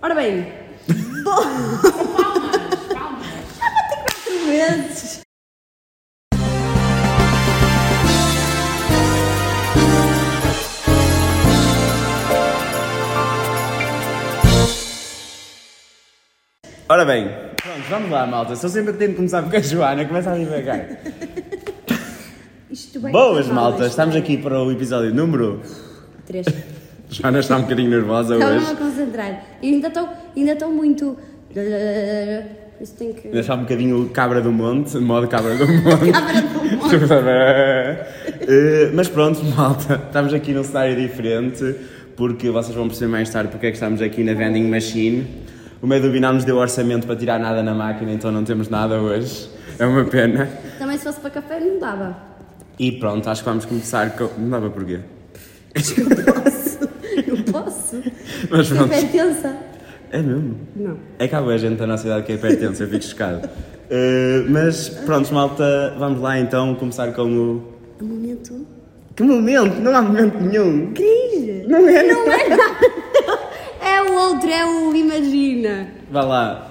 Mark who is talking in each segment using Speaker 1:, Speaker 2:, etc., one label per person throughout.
Speaker 1: Ora bem, bom,
Speaker 2: Palmas, palmas.
Speaker 1: quatro meses.
Speaker 3: Ora bem, pronto, vamos lá, malta. Se eu sempre tento começar com é a Joana, começa a devagar.
Speaker 1: Isto bem
Speaker 3: Boas,
Speaker 1: acabado,
Speaker 3: malta.
Speaker 1: isto
Speaker 3: Estamos
Speaker 1: bem.
Speaker 3: aqui para o episódio número.
Speaker 1: Três.
Speaker 3: Joana está um bocadinho nervosa
Speaker 1: Estava-me a
Speaker 3: hoje.
Speaker 1: concentrar. E ainda estou ainda estou muito. Isso tem que.
Speaker 3: Deixar um bocadinho o cabra do monte, modo cabra do monte.
Speaker 1: Cabra do monte.
Speaker 3: Eh, Mas pronto, malta, estamos aqui num cenário diferente, porque vocês vão perceber mais tarde porque é que estamos aqui na vending machine. O meio do Binar nos deu orçamento para tirar nada na máquina, então não temos nada hoje. É uma pena.
Speaker 1: Também se fosse para café não dava.
Speaker 3: E pronto, acho que vamos começar com. Não dava porquê.
Speaker 1: Posso? Não posso?
Speaker 3: Mas
Speaker 1: Estou
Speaker 3: pronto.
Speaker 1: bem tensa.
Speaker 3: É mesmo?
Speaker 1: Não.
Speaker 3: É que há boa gente da nossa idade que é pertence, eu fico chocado. Eh, mas pronto, malta, vamos lá então começar com o.
Speaker 1: É um momento.
Speaker 3: Que momento? Não há momento nenhum!
Speaker 1: Cris!
Speaker 3: Não é?
Speaker 1: Não é nada! É o outro, é o Imagina!
Speaker 3: Vá lá,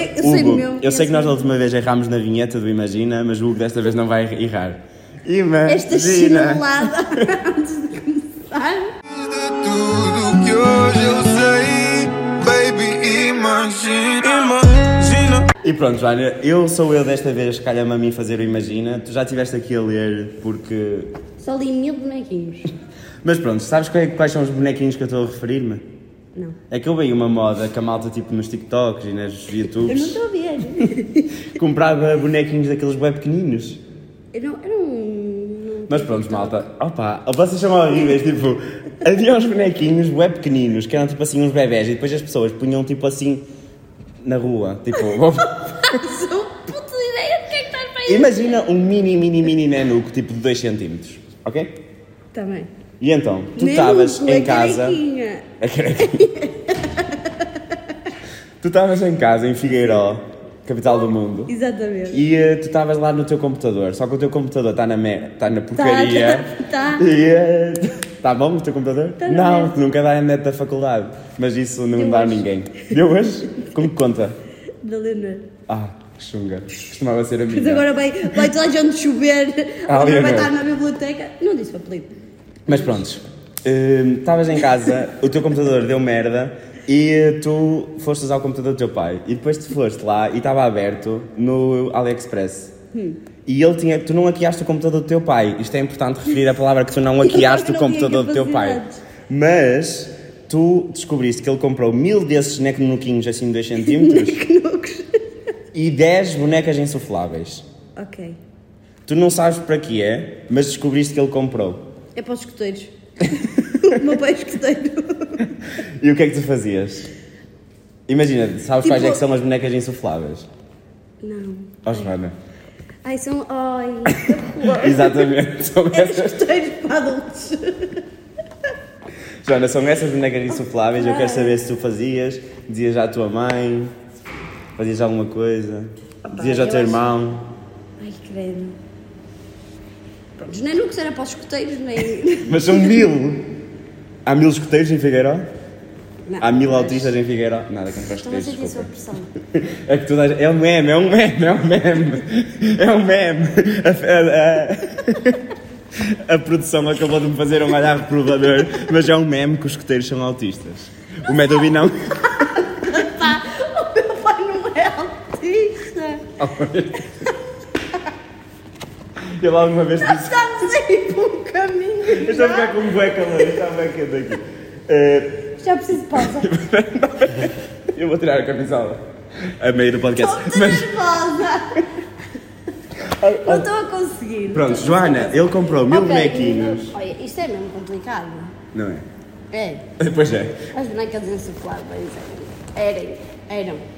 Speaker 1: Eu sei- eu sei
Speaker 3: Hugo,
Speaker 1: meu,
Speaker 3: eu
Speaker 1: eu
Speaker 3: sei
Speaker 1: sei
Speaker 3: que nós da
Speaker 1: meu.
Speaker 3: última vez erramos na vinheta do Imagina, mas o Hugo desta vez não vai errar. Imagina!
Speaker 1: Esta chinelada antes de começar.
Speaker 4: De tudo que hoje eu sei, baby, imagina. Imagina.
Speaker 3: E pronto, Joana, eu sou eu desta vez, calha-me a mim fazer o Imagina. Tu já estiveste aqui a ler porque.
Speaker 1: Só li mil bonequinhos.
Speaker 3: Mas pronto, sabes qual é- quais são os bonequinhos que eu estou a referir-me?
Speaker 1: Não.
Speaker 3: É que eu veio uma moda que a malta, tipo nos TikToks e nos
Speaker 1: Eu não é
Speaker 3: YouTubes,
Speaker 1: estou a ver.
Speaker 3: comprava bonequinhos daqueles bem pequeninos.
Speaker 1: Eu não. Eu não, não
Speaker 3: Mas pronto, malta, opa, vocês são horríveis, tipo, havia uns bonequinhos bué pequeninos, que eram tipo assim uns bebés, e depois as pessoas punham tipo assim na rua, tipo,
Speaker 1: faço puta ideia de que é que estás para ir.
Speaker 3: imagina um mini, mini, mini nanuco, tipo de 2 centímetros, ok?
Speaker 1: Também.
Speaker 3: E então, tu
Speaker 1: Nem
Speaker 3: estavas
Speaker 1: um,
Speaker 3: em
Speaker 1: a
Speaker 3: casa,
Speaker 1: carequinha.
Speaker 3: a carequinha. tu estavas em casa, em Figueiró, capital do mundo,
Speaker 1: Exatamente.
Speaker 3: E eh, tu estavas lá no teu computador, só que o teu computador está na merda, está na porcaria.
Speaker 1: tá, tá.
Speaker 3: E está bom o teu computador?
Speaker 1: Tá na
Speaker 3: não,
Speaker 1: merda.
Speaker 3: tu nunca dá a net da faculdade, mas isso não
Speaker 1: Deu
Speaker 3: dá a
Speaker 1: hoje.
Speaker 3: ninguém. Deu hoje? Como que conta?
Speaker 1: Da Leonor.
Speaker 3: Ah, que chunga. Costumava ser a
Speaker 1: Mas
Speaker 3: minha.
Speaker 1: agora vai, vai toda a gente chover.
Speaker 3: Ah,
Speaker 1: Agora vai
Speaker 3: Leonor.
Speaker 1: estar na biblioteca. Não disse o apelido.
Speaker 3: Mas pronto, hum, estavas em casa, o teu computador deu merda e tu foste usar o computador do teu pai. E depois te foste lá e estava aberto no AliExpress.
Speaker 1: Hum.
Speaker 3: E ele tinha. Tu não hackeaste o computador do teu pai. Isto é importante referir a palavra que tu não hackeaste
Speaker 1: Eu não tinha
Speaker 3: o computador do teu pai.
Speaker 1: capacidades.
Speaker 3: Mas tu descobriste que ele comprou mil desses nequenuquinhos assim de 2 centímetros e 10 bonecas insufláveis.
Speaker 1: ok.
Speaker 3: Tu não sabes para que é, mas descobriste que ele comprou.
Speaker 1: É para os escuteiros. o meu pai é escuteiro.
Speaker 3: E o que é que tu fazias? Imagina, sabes quais
Speaker 1: Tipo-
Speaker 3: é que são as bonecas insufláveis?
Speaker 1: Não.
Speaker 3: Ó Joana.
Speaker 1: Ai, são. Ai.
Speaker 3: Exatamente. São
Speaker 1: É
Speaker 3: essas,
Speaker 1: escuteiros para adultos.
Speaker 3: Joana, são essas bonecas insufláveis. Eu quero saber se tu fazias, dizias à tua mãe, fazias alguma coisa, dizias ao
Speaker 1: eu
Speaker 3: teu
Speaker 1: acho-
Speaker 3: irmão.
Speaker 1: Ai, credo. Pronto, é nem nunca era para os escuteiros, nem.
Speaker 3: Mas são mil! Há mil escuteiros em Figueiró?
Speaker 1: Não,
Speaker 3: Há mil
Speaker 1: mas-
Speaker 3: autistas em Figueiró? Nada contra os
Speaker 1: Estão a
Speaker 3: escuteiros,
Speaker 1: sentir a sua
Speaker 3: desculpa.
Speaker 1: pressão.
Speaker 3: É que toda a gente- É um meme, é um meme, é um meme. É um meme. A, a- a- a produção acabou de me fazer um olhar reprovador, mas é um meme que os escuteiros são autistas. O Medobi não.
Speaker 1: Pá, o meu pai não é autista.
Speaker 3: Ele alguma vez disse.
Speaker 1: Estamos a ir por um caminho.
Speaker 3: Eu estou a ficar com um bué calor, está bem quente aqui. Eh,
Speaker 1: Já preciso de pausa.
Speaker 3: eu vou tirar a camisola. A meio do podcast.
Speaker 1: Estou
Speaker 3: Mas- Ah,
Speaker 1: nervosa. Não estou a conseguir.
Speaker 3: Pronto, Joana, ele comprou mil
Speaker 1: Ok,
Speaker 3: bonequinhos.
Speaker 1: Olha, isto é mesmo complicado.
Speaker 3: Não é?
Speaker 1: É.
Speaker 3: Pois é.
Speaker 1: As bonecas insufláveis é. eram. eram.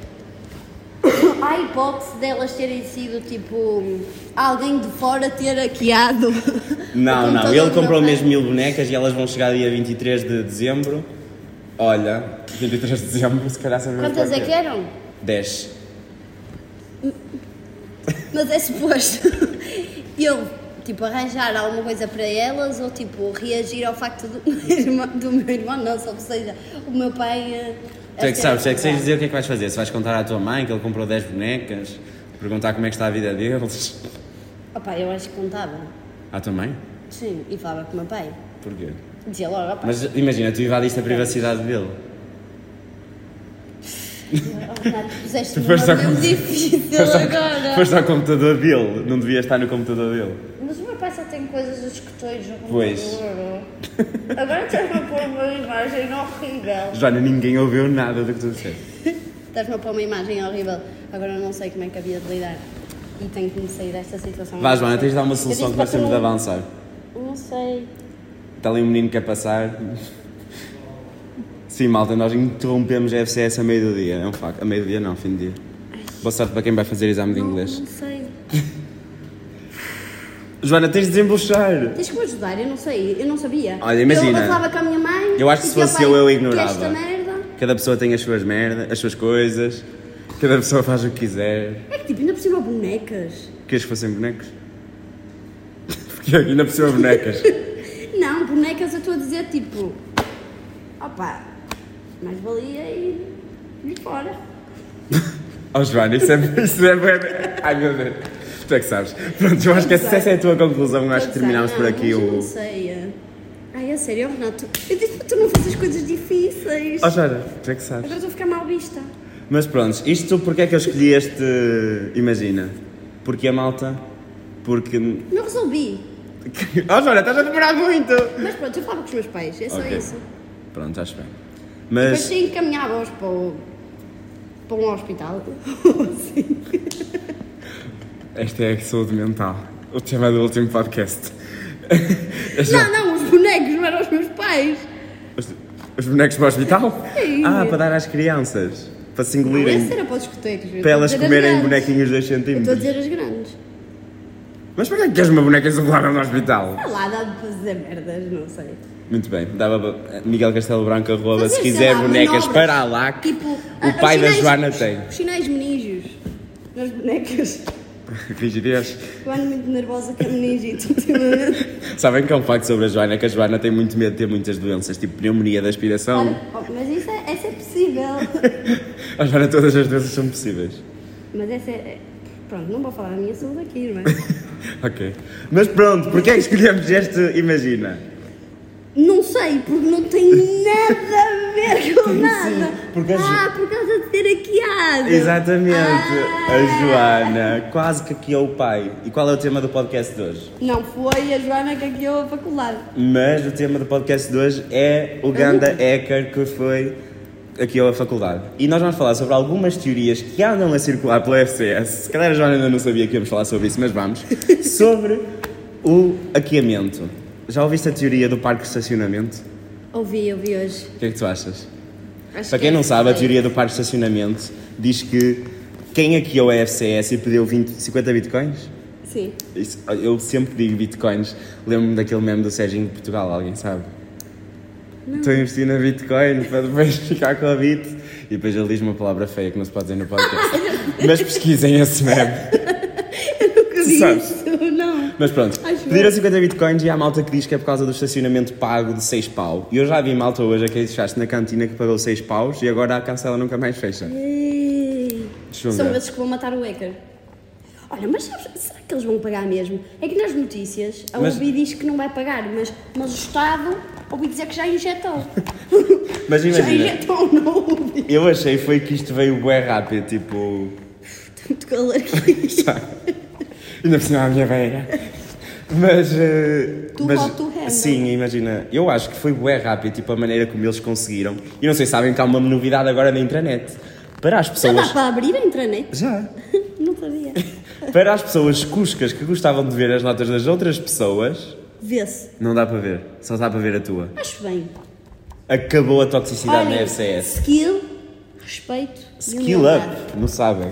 Speaker 1: Há hipótese delas terem sido tipo. alguém de fora ter hackeado.
Speaker 3: Não,
Speaker 1: o
Speaker 3: não,
Speaker 1: computador do
Speaker 3: ele
Speaker 1: meu
Speaker 3: comprou
Speaker 1: pai.
Speaker 3: mesmo mil bonecas e elas vão chegar dia 23 de dezembro. Olha, 23 de dezembro, se calhar sabemos
Speaker 1: Quantas é
Speaker 3: porquê.
Speaker 1: que eram?
Speaker 3: 10.
Speaker 1: Mas é suposto eu, tipo, arranjar alguma coisa para elas ou, tipo, reagir ao facto do meu irmão, do meu irmão não, só, ou seja, o meu pai eh,
Speaker 3: Tu é que sabes, é que sabes dizer o que é que vais fazer. Se vais contar à tua mãe que ele comprou 10 bonecas, perguntar como é que está a vida deles.
Speaker 1: Opa, eu acho que contava.
Speaker 3: À tua mãe?
Speaker 1: Sim, e falava com o meu pai.
Speaker 3: Porquê?
Speaker 1: Dizia logo, opa,
Speaker 3: Mas imagina, tu invadiste a privacidade dele.
Speaker 1: oh, Renato, puseste
Speaker 3: Tu
Speaker 1: um
Speaker 3: foste ao
Speaker 1: nome
Speaker 3: computador.
Speaker 1: difícil agora.
Speaker 3: Foste ao computador dele, não devias estar no computador dele.
Speaker 5: Mas o meu pai só tem coisas dos escutões no
Speaker 3: Pois.
Speaker 5: computador. Agora estás-me a pôr uma imagem horrível.
Speaker 3: Joana, ninguém ouviu nada do que tu disseste.
Speaker 1: Estás-me a pôr uma imagem horrível. Agora não sei como é que havia de lidar. E tenho que me sair desta situação.
Speaker 3: Vá, Joana, tens de dar uma
Speaker 1: Eu
Speaker 3: solução
Speaker 1: disse
Speaker 3: que nós
Speaker 1: para
Speaker 3: temos de
Speaker 1: tu-
Speaker 3: avançar.
Speaker 1: Não sei.
Speaker 3: Está ali um menino que quer passar. Sim, malta, nós interrompemos a FCS a meio do dia. É um facto. A meio do dia não, fim de dia. Boa sorte para quem vai fazer exame de um inglês.
Speaker 1: Não sei.
Speaker 3: Joana, tens de desembuchar.
Speaker 1: Tens que me ajudar, eu não sei. Eu não sabia.
Speaker 3: Olha, imagina.
Speaker 1: Eu falava com a minha mãe.
Speaker 3: Eu acho que
Speaker 1: e
Speaker 3: se
Speaker 1: dizia,
Speaker 3: fosse
Speaker 1: "Pai,
Speaker 3: eu, eu
Speaker 1: que
Speaker 3: ignorava."
Speaker 1: Esta merda.
Speaker 3: Cada pessoa tem as suas merdas, as suas coisas. Cada pessoa faz o que quiser.
Speaker 1: É que tipo, ainda por cima bonecas.
Speaker 3: Queres que fossem bonecos? Porque ainda por cima bonecas.
Speaker 1: Não, bonecas eu estou a dizer tipo. Opa, mais valia e. ir fora.
Speaker 3: Oh Joana, isso é, isso é bué- Ai meu Deus. Tu é que sabes. Pronto, eu acho que essa, essa é a tua conclusão. Acho que
Speaker 1: Todos
Speaker 3: terminamos
Speaker 1: sabem,
Speaker 3: por
Speaker 1: ah,
Speaker 3: aqui
Speaker 1: mas eu
Speaker 3: o.
Speaker 1: Não sei. é. Ai, é sério, Renato. Eu disse para tu não fazes coisas difíceis.
Speaker 3: Oh Joana, tu é que sabes.
Speaker 1: Agora estou a ficar mal vista.
Speaker 3: Mas pronto, isto porque é que eu escolhi este. Imagina. Porque a malta. Porque.
Speaker 1: Não resolvi.
Speaker 3: Oh Joana, estás a demorar muito!
Speaker 1: Mas pronto, eu falava com os meus pais. É só
Speaker 3: Ok.
Speaker 1: isso.
Speaker 3: Pronto, acho bem.
Speaker 1: Mas
Speaker 3: Mas.
Speaker 1: sim, encaminhava-os para, o- para um hospital. Sim.
Speaker 3: Esta é a saúde mental. O tema do último podcast.
Speaker 1: Não, não, os bonecos não eram os meus pais.
Speaker 3: Os, os bonecos para o hospital?
Speaker 1: Sim.
Speaker 3: Ah, para dar às crianças. Para se engolirem.
Speaker 1: Esse era para os escuteiros. eu
Speaker 3: Para
Speaker 1: estou a
Speaker 3: elas
Speaker 1: dizer as
Speaker 3: comerem
Speaker 1: grandes.
Speaker 3: bonequinhos 2
Speaker 1: Então, Eu Estou a
Speaker 3: centímetros.
Speaker 1: dizer as grandes.
Speaker 3: Mas para que é que queres uma boneca isolada no hospital?
Speaker 1: Sei lá, dá de fazer merdas, não sei.
Speaker 3: Muito bem, dava Miguel Castelo Branco arroba, se
Speaker 1: Fazer, sei
Speaker 3: quiser
Speaker 1: lá,
Speaker 3: bonecas
Speaker 1: manobras.
Speaker 3: para a LAC,
Speaker 1: Tipo,
Speaker 3: o pai da Joana tem.
Speaker 1: Os sinais menígios nas bonecas.
Speaker 3: Rigidez.
Speaker 1: Eu ando muito nervosa com a meningite ultimamente.
Speaker 3: Sabem que é um facto sobre a Joana, que a Joana tem muito medo de ter muitas doenças, tipo pneumonia da aspiração.
Speaker 1: Olha, oh, mas isso é, essa é possível.
Speaker 3: A Joana, todas as doenças são possíveis.
Speaker 1: Mas essa é. é- Pronto, não vou falar da minha saúde aqui, não é?
Speaker 3: Ok. Mas pronto, porque é que escolhemos este Imagina?
Speaker 1: Não sei, porque não tem nada a ver com nada.
Speaker 3: por causa-
Speaker 1: Ah, por causa de ter aqui água.
Speaker 3: Exatamente, a
Speaker 1: Ah.
Speaker 3: Joana, quase que aqui é o pai. E qual é o tema do podcast de hoje?
Speaker 1: Não foi a Joana que aqui eu a faculdade.
Speaker 3: Mas o tema do podcast de hoje é o Ganda Hacker que foi aqui à faculdade. E nós vamos falar sobre algumas teorias que andam a circular pela FCS. Se calhar a Joana ainda não sabia que íamos falar sobre isso, mas vamos. Sobre o hackeamento. Já ouviste a teoria do parque de estacionamento?
Speaker 1: Ouvi, ouvi hoje.
Speaker 3: O que é que tu achas?
Speaker 1: Acho
Speaker 3: Para
Speaker 1: que
Speaker 3: quem não
Speaker 1: é.
Speaker 3: sabe, a teoria do parque de estacionamento diz que quem hackeou a FCS e pediu 20, 50 bitcoins?
Speaker 1: Sim.
Speaker 3: Isso- eu sempre digo bitcoins, lembro-me daquele meme do Serginho de Portugal, alguém sabe? Estou a investir na Bitcoin para depois ficar com a Bit. E depois ele diz uma palavra feia que não se pode dizer no podcast. Mas pesquisem esse meme.
Speaker 1: Nunca vi
Speaker 3: Sabes?
Speaker 1: isto, não.
Speaker 3: Mas pronto,
Speaker 1: Ai, juro.
Speaker 3: pediram 50 bitcoins e há malta que diz que é por causa do estacionamento pago de 6 pau. E eu já vi malta hoje a quem deixaste na cantina que pagou 6 paus e agora a cancela nunca mais fecha.
Speaker 1: Ei.
Speaker 3: Deixa eu
Speaker 1: São
Speaker 3: ver.
Speaker 1: esses que vão matar o hacker. Olha, mas sabes, será que eles vão pagar mesmo? É que nas notícias a
Speaker 3: Mas-
Speaker 1: UBI diz que não vai pagar, mas, mas o Estado ouvi dizer que já injetou.
Speaker 3: Mas
Speaker 1: já
Speaker 3: imagina,
Speaker 1: injetou no UBI.
Speaker 3: eu achei foi que isto veio bem rápido, tipo.
Speaker 1: Muito calor aqui.
Speaker 3: Ainda por cima a minha veia. Mas. eh,
Speaker 1: Tu
Speaker 3: mas
Speaker 1: what to handle.
Speaker 3: Sim, imagina. Eu acho que foi bué rápido, tipo, a maneira como eles conseguiram. E não sei, sabem que há uma novidade agora na intranet. Para as
Speaker 1: Já dá
Speaker 3: pessoas.
Speaker 1: para abrir a intranet?
Speaker 3: Já.
Speaker 1: Não sabia.
Speaker 3: Para as pessoas cuscas que gostavam de ver as notas das outras pessoas,
Speaker 1: Vê-se.
Speaker 3: não dá para ver. Só dá para ver a tua.
Speaker 1: Acho bem.
Speaker 3: Acabou a toxicidade
Speaker 1: Olhem,
Speaker 3: na FCS.
Speaker 1: Skill, respeito e
Speaker 3: Skill
Speaker 1: humildade.
Speaker 3: up. Não sabem.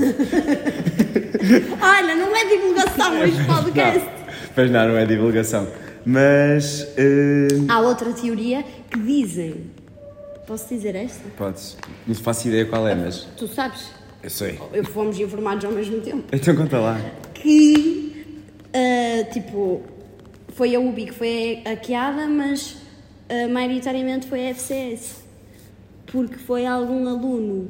Speaker 1: Olha, não é divulgação este podcast.
Speaker 3: Não. Pois não, não é divulgação. Mas. eh,
Speaker 1: Há outra teoria que dizem. Posso dizer esta?
Speaker 3: Podes. Não faço ideia qual é, mas.
Speaker 1: Tu sabes?
Speaker 3: Eu sei.
Speaker 1: Eu fomos informados ao mesmo tempo.
Speaker 3: Então conta lá.
Speaker 1: Que, ah, tipo, foi a eh, UBI que foi hackeada, mas ah, maioritariamente foi a FCS. porque foi algum aluno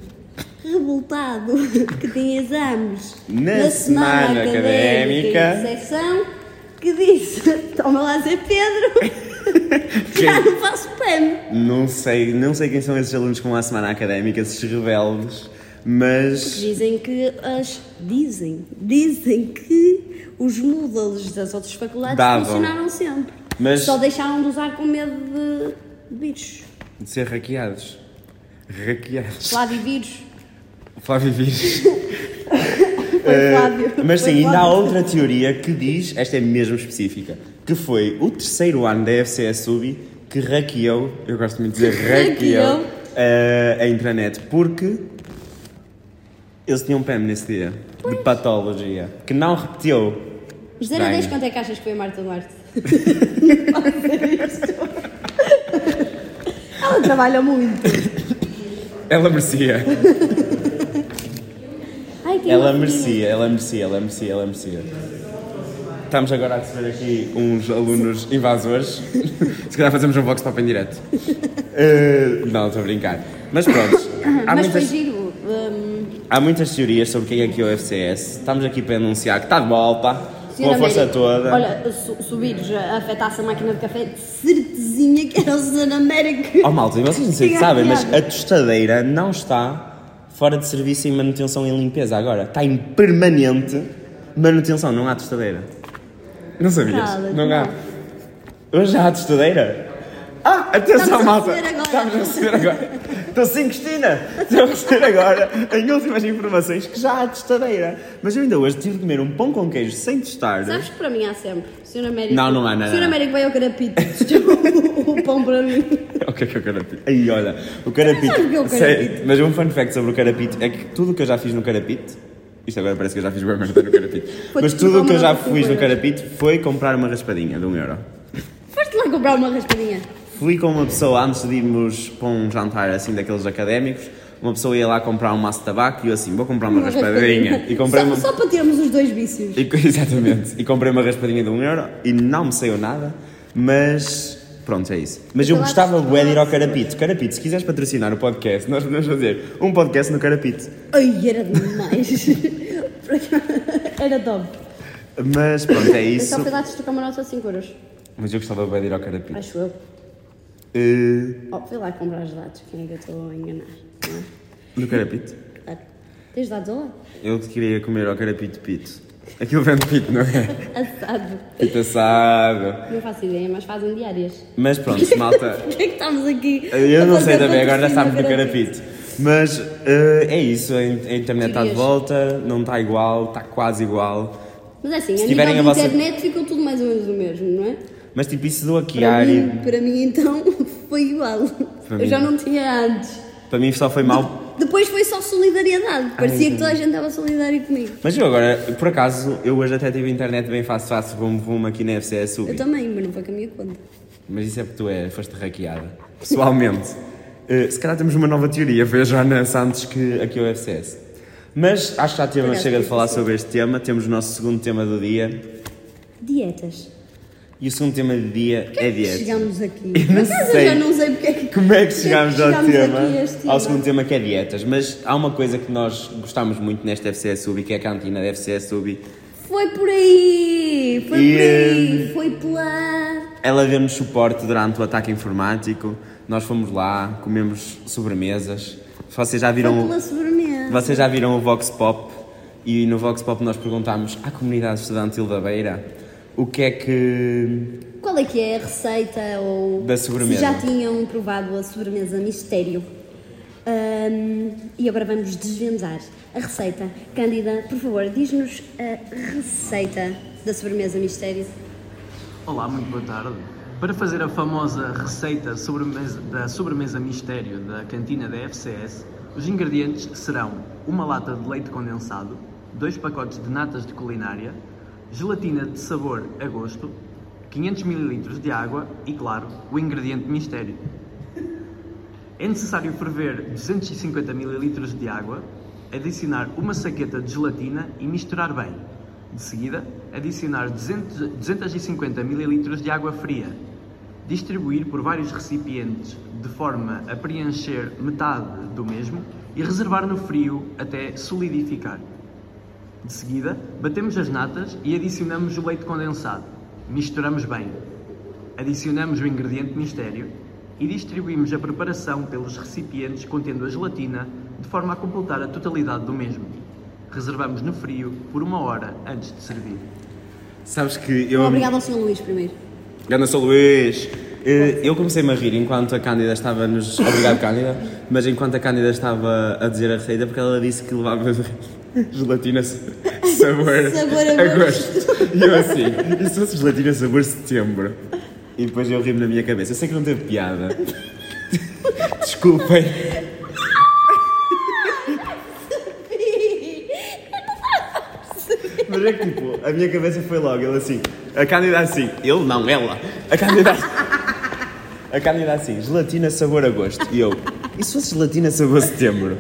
Speaker 1: revoltado que tinha exames
Speaker 3: Na semana académica.
Speaker 1: de secção que disse: Toma lá, Zé Pedro, já não faço PEM.
Speaker 3: Não sei, não sei quem são esses alunos com a semana académica, esses rebeldes, mas
Speaker 1: Dizem que as. Dizem, dizem que os moodles das outras faculdades
Speaker 3: Davam.
Speaker 1: funcionaram sempre.
Speaker 3: Mas-
Speaker 1: Só deixaram de usar com medo de, de vírus.
Speaker 3: de ser hackeados. Hackeados.
Speaker 1: Flávio vírus.
Speaker 3: Flávio Vires.
Speaker 1: Foi Flávio.
Speaker 3: Eh, Mas
Speaker 1: Foi
Speaker 3: sim, ainda há
Speaker 1: Flávio.
Speaker 3: outra teoria que diz, esta é mesmo específica, que foi o terceiro ano da FCSUB que hackeou, eu gosto muito de dizer hackeou,
Speaker 1: Hackeou.
Speaker 3: eh, a intranet, porque eles tinham um PEM nesse dia, de patologia, que não repetiu.
Speaker 1: Mas 0 a
Speaker 3: Bem.
Speaker 1: 10, quanto é que achas que foi a Marta Duarte? Ela trabalha muito.
Speaker 3: Ela merecia.
Speaker 1: Ai, que
Speaker 3: Ela
Speaker 1: emocionante.
Speaker 3: merecia, ela merecia, ela merecia, ela merecia. Estamos agora a receber aqui uns alunos invasores. Se calhar fazemos um vox pop em direto. Eh, não, estou a brincar. Mas pronto, há,
Speaker 1: Mas foi
Speaker 3: muitas,
Speaker 1: giro. hum,
Speaker 3: há muitas teorias sobre quem é que é o FCS. Estamos aqui para anunciar que está de volta, com
Speaker 1: senhora
Speaker 3: a força
Speaker 1: América,
Speaker 3: toda.
Speaker 1: Olha, su subir já afetasse a máquina de café, de certezinha que era o Zona América.
Speaker 3: Oh malta, e vocês não sei se
Speaker 1: Tinha
Speaker 3: sabem, mas
Speaker 1: piada.
Speaker 3: a tostadeira não está fora de serviço em manutenção e limpeza agora. Está em permanente manutenção, não há tostadeira. Não sabias?
Speaker 1: Cala-te,
Speaker 3: não há.
Speaker 1: não.
Speaker 3: Hoje já há tostadeira? Ah, atenção
Speaker 1: Estamos a
Speaker 3: malta!
Speaker 1: receber agora.
Speaker 3: Estamos a receber agora. Estou sem Cristina! Estou a receber agora em últimas informações que já há tostadeira. Mas eu ainda hoje tive de comer um pão com queijo sem tostar.
Speaker 1: Sabes que para mim há sempre. O Sr. Américo.
Speaker 3: Não, não há, não,
Speaker 1: O Sr.
Speaker 3: não.
Speaker 1: Américo vai ao carapito. Testou o pão para mim.
Speaker 3: O que é que é o carapito? Aí, olha, o carapito.
Speaker 1: Sabe o que é o
Speaker 3: Sei,
Speaker 1: carapito?
Speaker 3: mas um fun fact sobre o carapito é que tudo o que eu já fiz no carapito. Isto agora parece que eu já fiz bem merda no carapito.
Speaker 1: Foi
Speaker 3: mas
Speaker 1: tipo
Speaker 3: tudo o que eu
Speaker 1: uma
Speaker 3: já
Speaker 1: loucura.
Speaker 3: fiz no carapito foi comprar uma raspadinha de um euro.
Speaker 1: Foste lá comprar uma raspadinha.
Speaker 3: Fui com uma pessoa antes de irmos para um jantar assim daqueles académicos. Uma pessoa ia lá comprar um maço de tabaco e eu assim, vou comprar uma, raspadinha. E comprei
Speaker 1: só,
Speaker 3: uma.
Speaker 1: só para termos os dois vícios.
Speaker 3: E, exatamente. E comprei uma raspadinha de um euro e não me saiu nada, mas pronto, é isso. Mas eu
Speaker 1: Eu acho
Speaker 3: gostava
Speaker 1: que
Speaker 3: bué de ir ao
Speaker 1: não é
Speaker 3: Carapito. Carapito, se quiseres patrocinar o podcast, nós podemos fazer um podcast no Carapito.
Speaker 1: Ai, era demais. Por acaso, era top.
Speaker 3: Mas pronto, é
Speaker 1: Eu
Speaker 3: isso.
Speaker 1: só fui lá testar camarote a 5 euros.
Speaker 3: Mas eu gostava bué de ir ao Carapito.
Speaker 1: Acho eu.
Speaker 3: Eh,
Speaker 1: Oh, fui lá comprar os dados. Quem é que eu estou a enganar? Não
Speaker 3: no Carapito?
Speaker 1: é? Claro. Tens dados ao lado?
Speaker 3: Eu queria comer ao Carapito Pito. Aquilo vende pito, não é?
Speaker 1: Assado.
Speaker 3: Pito assado.
Speaker 1: Não faço ideia, mas fazem diárias.
Speaker 3: Mas pronto, malta.
Speaker 1: Por que é que estamos aqui?
Speaker 3: Eu
Speaker 1: a
Speaker 3: não sei
Speaker 1: fazer
Speaker 3: também, agora já
Speaker 1: patrocínio
Speaker 3: estamos no carapito. Mas eh, é isso, a in- a internet está de
Speaker 1: Teorias.
Speaker 3: volta, não está igual, está quase igual.
Speaker 1: Mas é assim,
Speaker 3: Se
Speaker 1: a nível
Speaker 3: tiverem
Speaker 1: de
Speaker 3: a vossa-
Speaker 1: internet ficou tudo mais ou menos o mesmo, não é?
Speaker 3: Mas tipo, isso do
Speaker 1: Para
Speaker 3: hackear,
Speaker 1: mim,
Speaker 3: e-
Speaker 1: para mim, então, foi igual.
Speaker 3: Para
Speaker 1: eu já
Speaker 3: mim-
Speaker 1: não tinha antes.
Speaker 3: para mim só foi mal.
Speaker 1: Depois foi só
Speaker 3: Ah,
Speaker 1: solidariedade. Parecia que toda a gente estava solidária comigo.
Speaker 3: Mas eu agora, por acaso, eu hoje até tive internet bem fácil, fácil, vum, vum aqui na FCS
Speaker 1: Eu também, mas não foi com a minha conta.
Speaker 3: Mas isso é porque tu é, foste hackeada. Pessoalmente. Eh, se calhar temos uma nova teoria, foi a Joana Santos que aqui é o FCS. Mas acho que já temos,
Speaker 1: Obrigada,
Speaker 3: chega de
Speaker 1: foi
Speaker 3: falar
Speaker 1: isso.
Speaker 3: sobre este tema, temos o nosso segundo tema do dia.
Speaker 1: Dietas.
Speaker 3: E o segundo tema do dia é dieta.
Speaker 1: Chegámos aqui.
Speaker 3: Eu não
Speaker 1: Por acaso
Speaker 3: sei.
Speaker 1: Eu já não sei porque é que.
Speaker 3: Como é que
Speaker 1: porque
Speaker 3: chegámos, ao
Speaker 1: chegámos
Speaker 3: tema,
Speaker 1: aqui a este
Speaker 3: ao segundo tema que é dietas, mas há uma coisa que nós gostámos muito nesta FCS Ubi, que é a cantina da FCS Ubi.
Speaker 1: Foi por aí! Foi
Speaker 3: E,
Speaker 1: por aí! Foi pela.
Speaker 3: Ela deu-nos suporte durante o ataque informático, nós fomos lá, comemos sobremesas. Vocês já
Speaker 1: Foi
Speaker 3: viram,
Speaker 1: pela sobremesa.
Speaker 3: vocês já viram o Vox Pop e no Vox Pop nós perguntámos à comunidade estudantil da Beira o que é que.
Speaker 1: Qual é que é a receita ou
Speaker 3: Da sobremesa.
Speaker 1: se já tinham provado a sobremesa mistério? Ahm, e agora vamos desvendar a receita. Cândida, por favor, diz-nos a receita da sobremesa mistério.
Speaker 6: Olá, muito boa tarde. Para fazer a famosa receita sobremesa- da sobremesa mistério da cantina da FCS, os ingredientes serão uma lata de leite condensado, dois pacotes de natas de culinária, gelatina de sabor a gosto, 500 ml de água e, claro, o ingrediente mistério. É necessário ferver 250 ml de água, adicionar uma saqueta de gelatina e misturar bem. De seguida, adicionar 200 250 ml de água fria. distribuir por vários recipientes de forma a preencher metade do mesmo e reservar no frio até solidificar. De seguida, batemos as natas e adicionamos o leite condensado. Misturamos bem. Adicionamos o ingrediente mistério e distribuímos a preparação pelos recipientes contendo a gelatina de forma a completar a totalidade do mesmo. Reservamos no frio por uma hora antes de servir.
Speaker 3: Sabes que eu.
Speaker 1: Obrigada ao Sr. Luís primeiro.
Speaker 3: Ganda sou Luís! Eh, Eu comecei-me a rir enquanto a Cândida estava nos. Obrigado, Cândida. Mas enquanto a Cândida estava a dizer a receita, porque ela disse que levava gelatina s- sabor,
Speaker 1: Sabor a
Speaker 3: E eu assim, e se fosse gelatina sabor setembro? E depois eu ri-me na minha cabeça. Eu sei que não teve piada. Desculpem. Mas é que tipo, a minha cabeça foi logo, ele assim, a Cândida assim, ele não, ela, a Cândida a Cândida assim, gelatina sabor a gosto, e eu, e se fosse gelatina sabor setembro?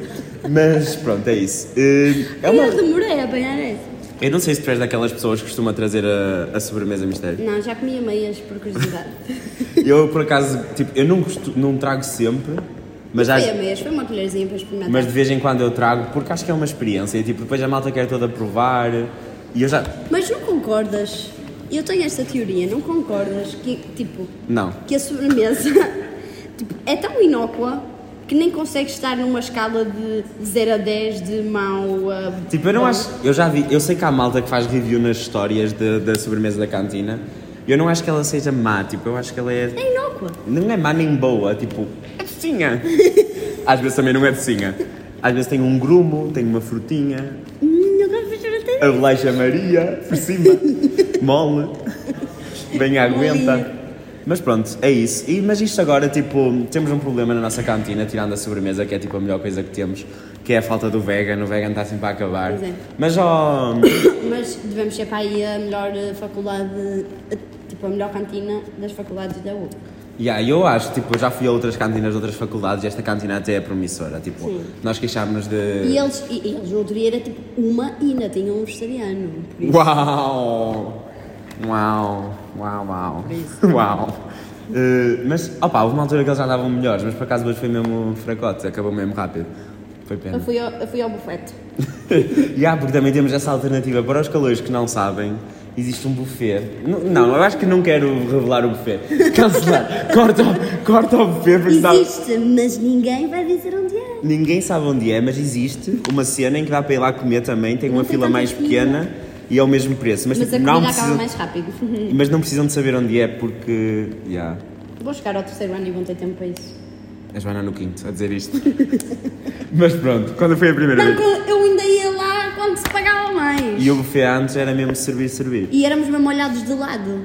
Speaker 3: Mas pronto, é isso. Eh, É
Speaker 1: Eu
Speaker 3: uma...
Speaker 1: demorei a apanhar essa.
Speaker 3: Eu não sei se tu és daquelas pessoas que costuma trazer a, a sobremesa mistério.
Speaker 1: Não, já comia meias por curiosidade.
Speaker 3: Eu por acaso, tipo, eu não, costu- não trago sempre, mas às,
Speaker 1: Foi a meias, foi uma colherzinha para experimentar.
Speaker 3: mas
Speaker 1: Mas,
Speaker 3: de vez em quando eu trago, porque acho que é uma experiência, e tipo, depois a malta quer toda provar, e eu já...
Speaker 1: não concordas? Eu tenho esta teoria, não concordas que, tipo,
Speaker 3: Não.
Speaker 1: que a sobremesa tipo, é tão inócua que nem consegues estar numa escala de 0 a 10 de mau a
Speaker 3: Tipo, eu não
Speaker 1: bom.
Speaker 3: acho. Eu já vi. Eu sei que há malta que faz review nas histórias de- da sobremesa da cantina. Eu não acho que ela seja má. Tipo, eu acho que ela é.
Speaker 1: É inócua.
Speaker 3: Não é má nem boa. Tipo, é docinha. Às vezes também não é docinha. Às vezes tem um grumo, tem uma frutinha,
Speaker 1: Hum, agora vou experimentar.
Speaker 3: a bolacha Maria por cima, mole, bem aguenta. Mas pronto, é isso. E, mas isto agora, tipo, temos um problema na nossa cantina, tirando a sobremesa, que é tipo a melhor coisa que temos, que é a falta do vegan. O vegan está sempre a acabar.
Speaker 1: Pois é.
Speaker 3: Mas, ó.
Speaker 1: Mas devemos ser para aí a melhor eh, faculdade, eh, tipo, a melhor cantina das faculdades da U.
Speaker 3: Yeah, eu acho, tipo, eu já fui a outras cantinas de outras faculdades e esta cantina até é promissora. Tipo, nós queixámos de.
Speaker 1: E eles, e, e eles no outro dia era tipo uma e ainda tinham um vegetariano. Por isso,
Speaker 3: Uau! Uau! Uau, uau! Uau! Eh, mas, opá, houve uma altura que eles já andavam melhores, mas por acaso hoje foi mesmo um fracote, acabou mesmo rápido. Foi pena.
Speaker 1: eu, fui ao, eu fui ao bufete.
Speaker 3: E há, porque também temos essa alternativa para os calores que não sabem. Existe um buffet. N- não, eu acho que não quero revelar o buffet. Cancelar. corta, o- corta o buffet porque sabe-
Speaker 1: Existe, mas ninguém vai dizer onde é.
Speaker 3: Ninguém sabe onde é, mas existe uma cena em que dá para ir lá comer também, tem uma
Speaker 1: tem
Speaker 3: fila
Speaker 1: tanta
Speaker 3: mais
Speaker 1: fila.
Speaker 3: pequena e é o mesmo preço. Mas,
Speaker 1: Mas a
Speaker 3: tipo,
Speaker 1: comida
Speaker 3: não
Speaker 1: acaba
Speaker 3: precisam,
Speaker 1: mais rápido.
Speaker 3: mas não precisam de saber onde é porque. Yeah,
Speaker 1: Vou chegar ao terceiro ano e vão ter tempo para isso.
Speaker 3: a Joana no quinto a dizer isto. mas pronto, quando foi a primeira vez?
Speaker 1: eu ainda ia lá quando se pagava mais.
Speaker 3: E o buffet antes era mesmo servir, servir.
Speaker 1: E éramos mesmo olhados de lado.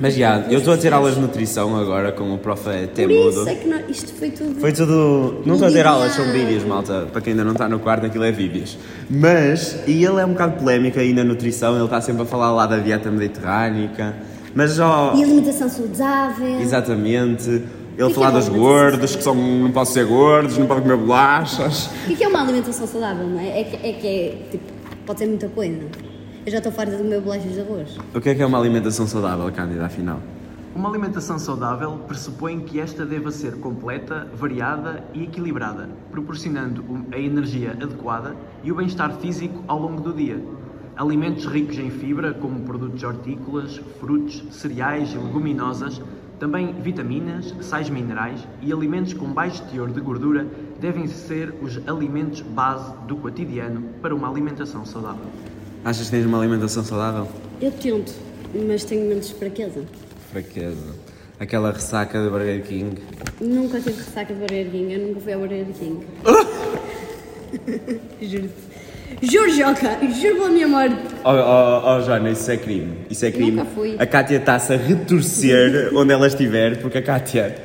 Speaker 3: Mas já, eu estou a ter aulas de nutrição agora com o prof
Speaker 1: Por
Speaker 3: Temudo.
Speaker 1: isso é que não- isto foi tudo.
Speaker 3: Foi tudo. Não estou a dizer
Speaker 1: Vídeos.
Speaker 3: aulas, são vídeos, malta. Para quem ainda não está no quarto, aquilo é vídeos. Mas, e ele é um bocado polémico aí na nutrição, ele está sempre a falar lá da dieta mediterrânica. Mas ó.
Speaker 1: E alimentação saudável.
Speaker 3: Exatamente. Ele
Speaker 1: que
Speaker 3: falar
Speaker 1: é
Speaker 3: dos
Speaker 1: bom?
Speaker 3: gordos, que são, não podem ser gordos, não podem comer bolachas.
Speaker 1: O que é que é uma alimentação saudável, não é? É que é, que é, tipo, pode ser muita coisa. Eu já estou farta de comer bolachas de arroz.
Speaker 3: O que é que é uma alimentação saudável, Cândida, afinal?
Speaker 6: Uma alimentação saudável pressupõe que esta deva ser completa, variada e equilibrada, proporcionando um- a energia adequada e o bem-estar físico ao longo do dia. Alimentos ricos em fibra, como produtos hortícolas, frutos, cereais e leguminosas, também vitaminas, sais minerais e alimentos com baixo teor de gordura devem ser os alimentos base do cotidiano para uma alimentação saudável.
Speaker 3: Achas que tens uma alimentação saudável?
Speaker 1: Eu tento, mas tenho menos fraqueza.
Speaker 3: Fraqueza. Aquela ressaca do Burger King.
Speaker 1: Nunca tive ressaca de Burger King, eu nunca fui ao Burger King. Juro-te. Juro, Joca, juro pela minha morte.
Speaker 3: Oh, oh, oh, Joana, isso é crime. Isso é crime.
Speaker 1: Nunca fui.
Speaker 3: A Kátia está-se a retorcer onde ela estiver, porque a Kátia.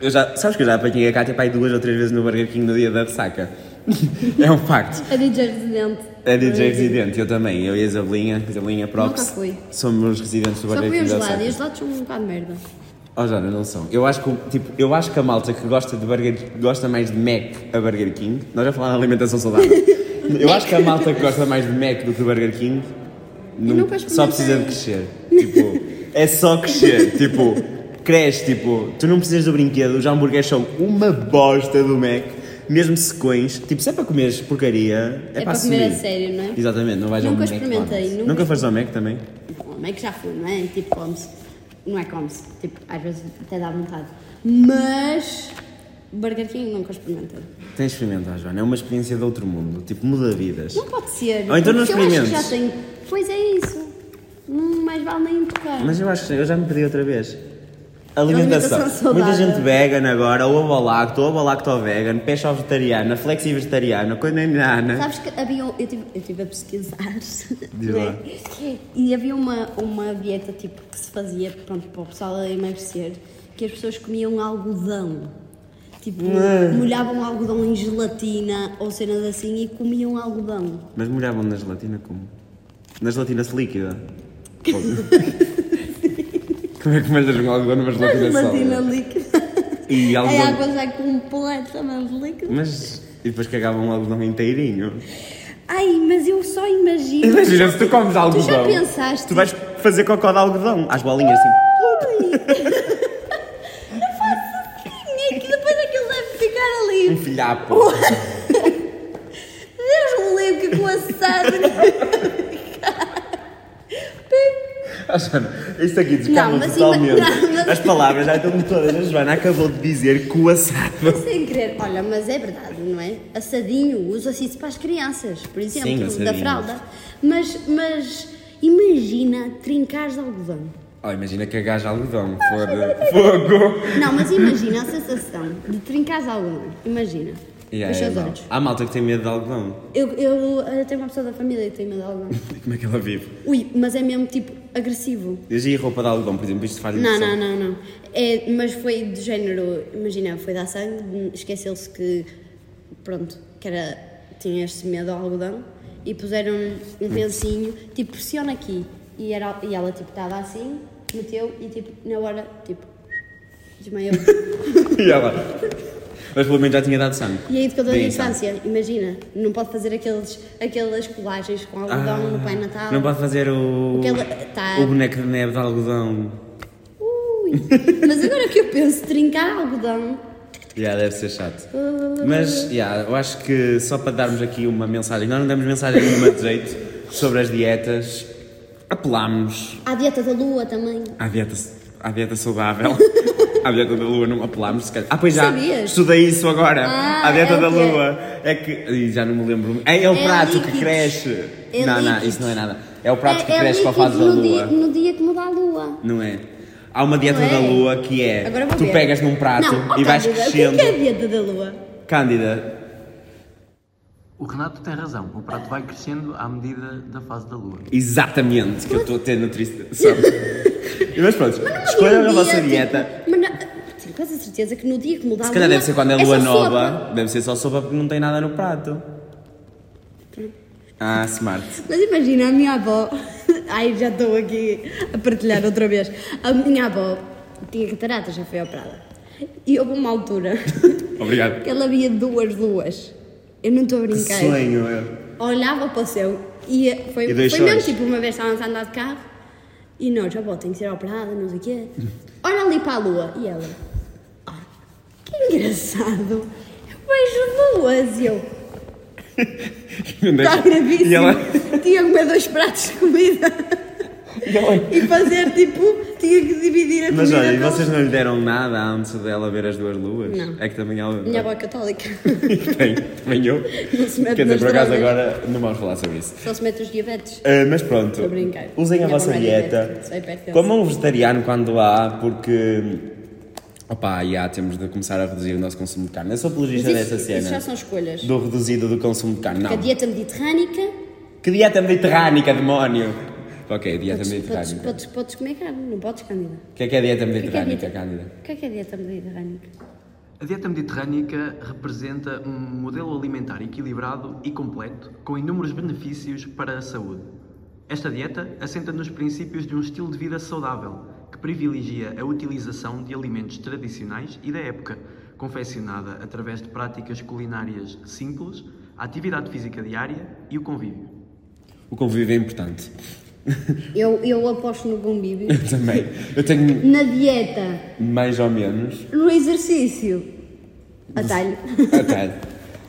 Speaker 3: Eu já, sabes que eu já apanhei a Kátia para aí duas ou três vezes no Burger King no dia da ressaca. é um facto.
Speaker 1: A DJ residente.
Speaker 3: A DJ residente, eu também. Eu e a Isabelinha, Isabelinha Prox.
Speaker 1: Nunca fui.
Speaker 3: Somos residentes do
Speaker 1: Só
Speaker 3: Burger
Speaker 1: comi
Speaker 3: King.
Speaker 1: um
Speaker 3: da
Speaker 1: gelado
Speaker 3: ressaca.
Speaker 1: e os gelados são um bocado de merda.
Speaker 3: Oh, Joana, não são. Eu acho que, o- tipo, eu acho que a malta que gosta de Burger gosta mais de Mac a Burger King. Nós já falámos na alimentação saudável. eu acho que a malta que gosta mais de Mac do que de Burger King
Speaker 1: nunca
Speaker 3: só precisa de crescer. Tipo, é só crescer. tipo, cresce, tipo, tu não precisas do brinquedo, os hambúrgueres são uma bosta do Mac, mesmo secões, tipo, se é para comeres porcaria, é,
Speaker 1: É para comer a
Speaker 3: assumir.
Speaker 1: sério, não é?
Speaker 3: Exatamente, não vais
Speaker 1: Nunca
Speaker 3: ao Mac.
Speaker 1: experimentei,
Speaker 3: Nunca,
Speaker 1: nunca
Speaker 3: nunca foste ao Mac também?
Speaker 1: Bom, é que já fui, não é? Tipo, come-se. Não é come-se. Tipo, às vezes até dá vontade. Mas. Burger King nunca experimentei.
Speaker 3: Tens de experimentar, Joana, é uma experiência de outro mundo, tipo, muda vidas.
Speaker 1: Não pode ser.
Speaker 3: Ou então não
Speaker 1: porque eu acho que já
Speaker 3: experimentes.
Speaker 1: tenho. Pois é isso. Não mais vale nem tocar.
Speaker 3: Mas eu acho que eu já me pedi outra vez. Alimentação.
Speaker 1: Alimentação saudável.
Speaker 3: Muita gente vegan agora, ovo lacto, ovo lacto vegan, pesca vegetariana, flexi vegetariana, coinanana.
Speaker 1: Sabes que havia. um, Eu estive eu tive a pesquisar.
Speaker 3: é. Diz
Speaker 1: não é?
Speaker 3: lá.
Speaker 1: E havia uma, uma dieta tipo que se fazia pronto, para o pessoal a emagrecer que as pessoas comiam algodão. Tipo,
Speaker 3: Hum.
Speaker 1: molhavam algodão em gelatina ou cenas assim e comiam algodão.
Speaker 3: Mas molhavam na gelatina como? Na gelatina-se líquida. como é que mandas um algodão numa
Speaker 1: A
Speaker 3: gelatina,
Speaker 1: gelatina
Speaker 3: sólida?
Speaker 1: líquida.
Speaker 3: E algodão.
Speaker 1: A água já um completamente líquida.
Speaker 3: Mas. E depois cagavam um algodão inteirinho.
Speaker 1: Ai, mas eu só imagino.
Speaker 3: Imagina se tu comes algodão.
Speaker 1: Tu já pensaste?
Speaker 3: Tu vais fazer cocó de algodão. Às bolinhas assim.
Speaker 1: Quem é que depois aquilo deve ficar ali?
Speaker 3: Um filhapo.
Speaker 1: Deus me livre que com a Sandra.
Speaker 3: Ah, Joana, Isto aqui
Speaker 1: Não,
Speaker 3: descalma
Speaker 1: mas
Speaker 3: totalmente.
Speaker 1: ima- não, mas-
Speaker 3: As palavras já estão todas. A Joana acabou de dizer que o assado.
Speaker 1: Sem querer. Olha, mas é verdade, não é? Assadinho usa-se isso para as crianças, por
Speaker 3: Sim,
Speaker 1: exemplo, da
Speaker 3: assadinho.
Speaker 1: fralda. Mas, mas imagina trincares de algodão.
Speaker 3: Oh, imagina que cagares algodão.
Speaker 1: Ah,
Speaker 3: Foda. Fogo.
Speaker 1: Não, mas imagina a sensação de trincares de algodão. Imagina.
Speaker 3: Yeah,
Speaker 1: os
Speaker 3: é,
Speaker 1: seus
Speaker 3: não.
Speaker 1: olhos.
Speaker 3: Há malta que tem medo de algodão.
Speaker 1: Eu, eu, eh, tenho uma pessoa da família que tem medo de algodão.
Speaker 3: E Como é que ela vive?
Speaker 1: Ui, mas é mesmo tipo agressivo.
Speaker 3: Eu já ia roupa de algodão, por exemplo. Isto faz
Speaker 1: Não,
Speaker 3: impressão.
Speaker 1: não, não, não. É, mas foi do género, imagina, foi dar sangue, esqueceu-se que, pronto, que era, tinha este medo ao algodão e puseram
Speaker 3: Hum.
Speaker 1: um pensinho, tipo, pressiona aqui. E, era, e ela, tipo, estava assim, meteu e, tipo, na hora, tipo, desmaiou.
Speaker 3: E ela. Mas pelo menos já tinha dado sangue.
Speaker 1: E aí, de toda a
Speaker 3: Bem, então.
Speaker 1: distância, imagina, não pode fazer aqueles, aquelas colagens com
Speaker 3: então.
Speaker 1: algodão no Pai Natal.
Speaker 3: Não pode fazer o.
Speaker 1: Aquela- tá.
Speaker 3: O boneco de neve de algodão.
Speaker 1: Ui, mas agora que eu penso, trincar algodão...
Speaker 3: Já, deve ser chato. Mas, já, eu acho que só para darmos aqui uma mensagem, nós não damos mensagem nenhuma de jeito sobre as dietas, apelámos
Speaker 1: Há a dieta da lua também.
Speaker 3: à dieta, à dieta saudável. À dieta da lua não apelámos, se calhar. Ah, pois já,
Speaker 1: Sabias?
Speaker 3: estudei isso agora.
Speaker 1: Ah,
Speaker 3: à dieta
Speaker 1: é o
Speaker 3: da
Speaker 1: quê?
Speaker 3: lua. É que. Ih, Já não me lembro. É, é o
Speaker 1: É
Speaker 3: prato
Speaker 1: líquidos.
Speaker 3: que cresce.
Speaker 1: É
Speaker 3: não, não,
Speaker 1: líquidos.
Speaker 3: isso não é nada. É o prato que
Speaker 1: é
Speaker 3: cresce com a
Speaker 1: líquido
Speaker 3: fase da
Speaker 1: no Dia,
Speaker 3: lua.
Speaker 1: no dia que muda a lua.
Speaker 3: Não é? Há uma dieta
Speaker 1: Não é?
Speaker 3: da lua que é.
Speaker 1: Agora vou
Speaker 3: Tu
Speaker 1: ver.
Speaker 3: pegas num prato
Speaker 1: Não, ó,
Speaker 3: e vais
Speaker 1: Cândida,
Speaker 3: crescendo.
Speaker 1: O que é, que é a dieta da lua?
Speaker 3: Cândida,
Speaker 6: O Renato tem razão, o prato vai crescendo à medida da fase da lua.
Speaker 3: Exatamente, que eu estou a ter nutrição. Mas pronto,
Speaker 1: Havia
Speaker 3: escolham
Speaker 1: um
Speaker 3: a vossa
Speaker 1: dia,
Speaker 3: dieta.
Speaker 1: tipo, mas não- tenho quase a certeza que no dia que muda a lua.
Speaker 3: Se calhar deve ser quando é
Speaker 1: só
Speaker 3: lua
Speaker 1: sopa.
Speaker 3: nova, deve ser só sopa porque não tem nada no prato. Ah, smart.
Speaker 1: Mas imagina, a minha avó. Ai, já estou aqui a partilhar outra vez. A minha avó tinha catarata, já foi operada. E houve uma altura
Speaker 3: Obrigado.
Speaker 1: que ela havia duas luas. Eu não estou a
Speaker 3: Que
Speaker 1: brincar.
Speaker 3: sonho, é.
Speaker 1: olhava para o céu e foi,
Speaker 3: E
Speaker 1: foi
Speaker 3: deixou-os.
Speaker 1: mesmo tipo uma vez estávamos a andar de carro e nós, avó, tem que ser operada, não sei o quê. Olha ali para a lua e ela, "Ah, que engraçado, eu vejo duas e eu, está gravíssimo.
Speaker 3: E ela,
Speaker 1: Tinha que comer dois pratos de comida
Speaker 3: e ela-
Speaker 1: e fazer tipo, tinha que dividir a
Speaker 3: Mas
Speaker 1: comida.
Speaker 3: olha, e
Speaker 1: pela-
Speaker 3: vocês não lhe deram nada antes dela ver as duas luas?
Speaker 1: Não.
Speaker 3: É que também ela.
Speaker 1: Minha avó é católica,
Speaker 3: Bem, também eu.
Speaker 1: se mete
Speaker 3: Quer dizer,
Speaker 1: nas
Speaker 3: por acaso
Speaker 1: drogas.
Speaker 3: agora não vamos falar sobre isso.
Speaker 1: só se mete os diabetes.
Speaker 3: Uh, mas pronto,
Speaker 1: Estou a brincar.
Speaker 3: usem a
Speaker 1: Minha
Speaker 3: vossa
Speaker 1: avó não é
Speaker 3: dieta.
Speaker 1: diabética, só é hipertensa.
Speaker 3: Comam um vegetariano quando há, porque. Opá, já temos de começar a reduzir o nosso consumo de carne. Eu sou apologista
Speaker 1: Mas isso-
Speaker 3: dessa
Speaker 1: isso
Speaker 3: cena.
Speaker 1: já são escolhas.
Speaker 3: Do reduzido do consumo de carne. Não.
Speaker 1: A dieta mediterrânica,
Speaker 3: Que dieta mediterrânica, demónio! Ok, dieta
Speaker 1: podes, podes,
Speaker 3: mediterrânica.
Speaker 1: podes, podes comer carne, não podes, Cândida.
Speaker 3: O que é que é dieta
Speaker 1: O que é que é
Speaker 3: mediterrânica,
Speaker 1: dieta-
Speaker 3: Cândida?
Speaker 1: O que é que é dieta mediterrânica?
Speaker 6: A dieta mediterrânica representa um modelo alimentar equilibrado e completo, com inúmeros benefícios para a saúde. Esta dieta assenta nos princípios de um estilo de vida saudável, que privilegia a utilização de alimentos tradicionais e da época, confeccionada através de práticas culinárias simples, a atividade física diária e o convívio.
Speaker 3: O convívio é importante.
Speaker 1: Eu, eu aposto no bom bíblio.
Speaker 3: Eu também. Eu tenho
Speaker 1: Na dieta,
Speaker 3: mais ou menos.
Speaker 1: no exercício, atalho.
Speaker 3: Atalho.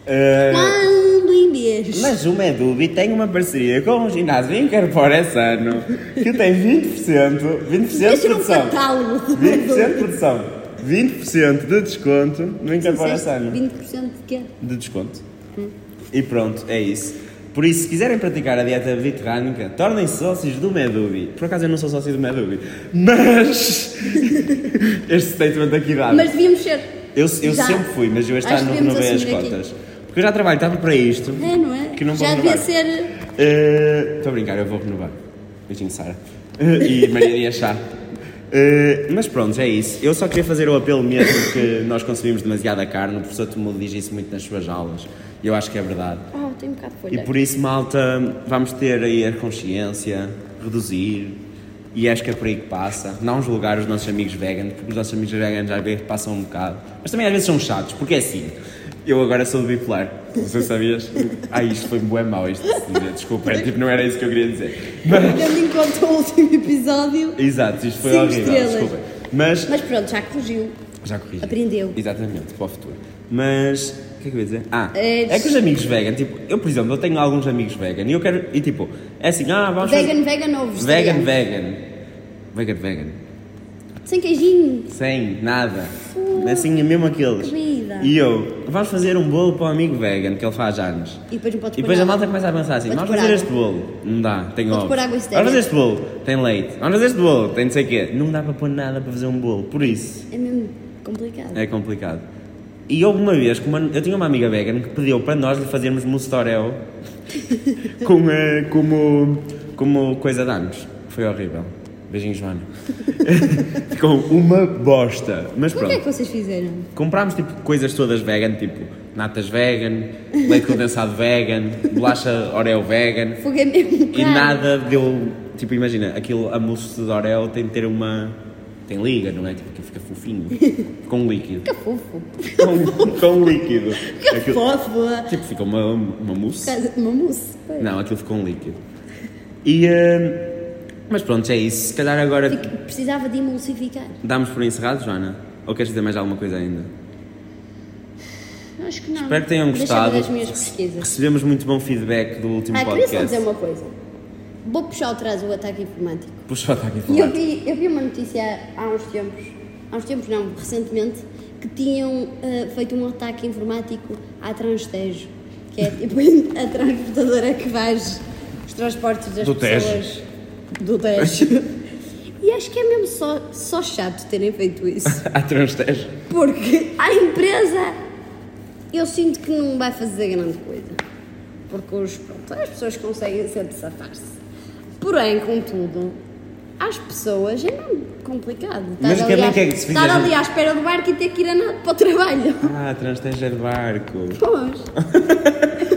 Speaker 3: Eh,
Speaker 1: Quando em vez.
Speaker 3: Mas o Medubi tem uma parceria com um ginásio em Carpor esse ano que tem 20%, 20
Speaker 1: Este
Speaker 3: de
Speaker 1: era um
Speaker 3: redução.
Speaker 1: catálogo do
Speaker 3: 20% de
Speaker 1: Medubi.
Speaker 3: redução. 20% de desconto no Incarpor esse ano.
Speaker 1: 20% de quê?
Speaker 3: de desconto.
Speaker 1: Hum.
Speaker 3: E pronto, é isso. Por isso, se quiserem praticar a dieta mediterrânica, tornem-se sócios do Medubi. Por acaso eu não sou sócio do Medubi, mas este statement aqui dá.
Speaker 1: Mas devíamos ser.
Speaker 3: Ah, Eu, eu
Speaker 1: Já.
Speaker 3: sempre fui, mas eu este
Speaker 1: Acho
Speaker 3: ano
Speaker 1: que devíamos
Speaker 3: renovei as
Speaker 1: assumir aqui.
Speaker 3: cotas. Porque eu já trabalho tanto para isto.
Speaker 1: É, não é?
Speaker 3: Que não vou
Speaker 1: Já devia
Speaker 3: renovar.
Speaker 1: ser.
Speaker 3: Eh, Estou a brincar, eu vou renovar. Beijinho, Sara. Eh, e Maria Chá. Eh, mas pronto, é isso. Eu só queria fazer o apelo mesmo que nós consumimos demasiada carne. O professor Tomulo diz isso muito nas suas aulas. E eu acho que é verdade.
Speaker 1: Oh, tenho um bocado de
Speaker 3: E
Speaker 1: folha.
Speaker 3: por isso, malta, vamos ter aí a consciência, reduzir. E acho que é por aí que passa. Não julgar os nossos amigos vegan, porque os nossos amigos vegan às vezes passam um bocado. Mas também às vezes são chatos, porque é assim. Eu agora sou bipolar. Não sei se sabias. Ah, isto foi bué mau isto de se dizer. Desculpa, é, tipo, não era isso que eu queria dizer. Mas-
Speaker 1: Tendo em conta o último episódio.
Speaker 3: exato, isto foi
Speaker 1: Cinco
Speaker 3: horrível,
Speaker 1: estrelas.
Speaker 3: desculpa. Mas
Speaker 1: Mas pronto, já corrigiu.
Speaker 3: já corrigi.
Speaker 1: Aprendeu.
Speaker 3: Exatamente, para o futuro. Mas. O que é que eu ia dizer? Ah,
Speaker 1: É,
Speaker 3: é que os amigos vegan, tipo, eu, por exemplo, eu tenho alguns amigos vegan e eu quero. E tipo, é assim, ah, vamos. fazer-
Speaker 1: Vegan, vegan ou vegetariano?
Speaker 3: Vegan, vegan. Vegan, vegan.
Speaker 1: Sem queijinho.
Speaker 3: Sem nada. Assim, é mesmo aqueles.
Speaker 1: Querida.
Speaker 3: E eu, vamos fazer um bolo para um amigo vegan que ele faz anos.
Speaker 1: E depois não pode
Speaker 3: E depois a
Speaker 1: nada.
Speaker 3: malta começa a pensar assim,
Speaker 1: Pode
Speaker 3: vamos
Speaker 1: pôr
Speaker 3: fazer
Speaker 1: água.
Speaker 3: este bolo. Não dá, tem
Speaker 1: Pode
Speaker 3: ovos.
Speaker 1: pôr água
Speaker 3: Vamos
Speaker 1: estéril.
Speaker 3: fazer este bolo, tem leite. Vamos fazer este bolo, tem não sei o quê. Não dá para pôr nada para fazer um bolo, por isso.
Speaker 1: É mesmo complicado.
Speaker 3: É complicado. E houve uma vez que uma- eu tinha uma amiga vegan que pediu para nós lhe fazermos mustorel com, eh, como, como coisa de anos. Foi horrível. Beijinho, Joana. Ficou uma bosta.
Speaker 1: Mas
Speaker 3: Mas
Speaker 1: O que é
Speaker 3: pronto.
Speaker 1: que vocês fizeram?
Speaker 3: Comprámos tipo coisas todas vegan, tipo natas vegan, leite condensado vegan, bolacha Oreo vegan.
Speaker 1: Fogo é mesmo
Speaker 3: E
Speaker 1: caro.
Speaker 3: nada deu. Tipo, imagina, aquilo, a mousse de Oreo tem de ter uma. Tem liga, não é? Tipo, que fica fofinho. Com um líquido.
Speaker 1: Que fofo.
Speaker 3: com, com líquido.
Speaker 1: Que
Speaker 3: Aquilo-
Speaker 1: fofo.
Speaker 3: Tipo, fica uma, uma mousse.
Speaker 1: Casa de uma mousse.
Speaker 3: Não, aquilo ficou um líquido. E. eh, mas pronto, é isso. Se calhar agora
Speaker 1: Fica- Precisava de emulsificar.
Speaker 3: damos por encerrado, Joana? Ou queres dizer mais alguma coisa ainda?
Speaker 1: Acho que não.
Speaker 3: Espero que tenham
Speaker 1: Deixava
Speaker 3: gostado.
Speaker 1: das minhas pesquisas.
Speaker 3: Recebemos muito bom feedback do último
Speaker 1: Ah, queria só
Speaker 3: podcast.
Speaker 1: dizer uma coisa. Vou puxar atrás o ataque informático.
Speaker 3: Puxa, está aqui a
Speaker 1: E eu
Speaker 3: falar.
Speaker 1: vi, eu vi uma notícia há uns tempos, há uns tempos não, recentemente, que tinham eh, feito um ataque informático à Transtejo, que é tipo a transportadora que faz os transportes das
Speaker 3: Do Tejo.
Speaker 1: pessoas do Tejo. E acho que é mesmo só, só chato terem feito isso,
Speaker 3: Há Ah, transtes.
Speaker 1: porque a empresa eu sinto que não vai fazer grande coisa, porque os, pronto, as pessoas conseguem sempre safar-se. Porém, contudo, às pessoas é mesmo complicado. Estar,
Speaker 3: Mas que é
Speaker 1: ali,
Speaker 3: bem
Speaker 1: à-
Speaker 3: que é que se
Speaker 1: estar
Speaker 3: fizeres-
Speaker 1: ali à espera do barco e ter que ir a nada para o trabalho.
Speaker 3: Ah, transtes é de barco.
Speaker 1: Pois,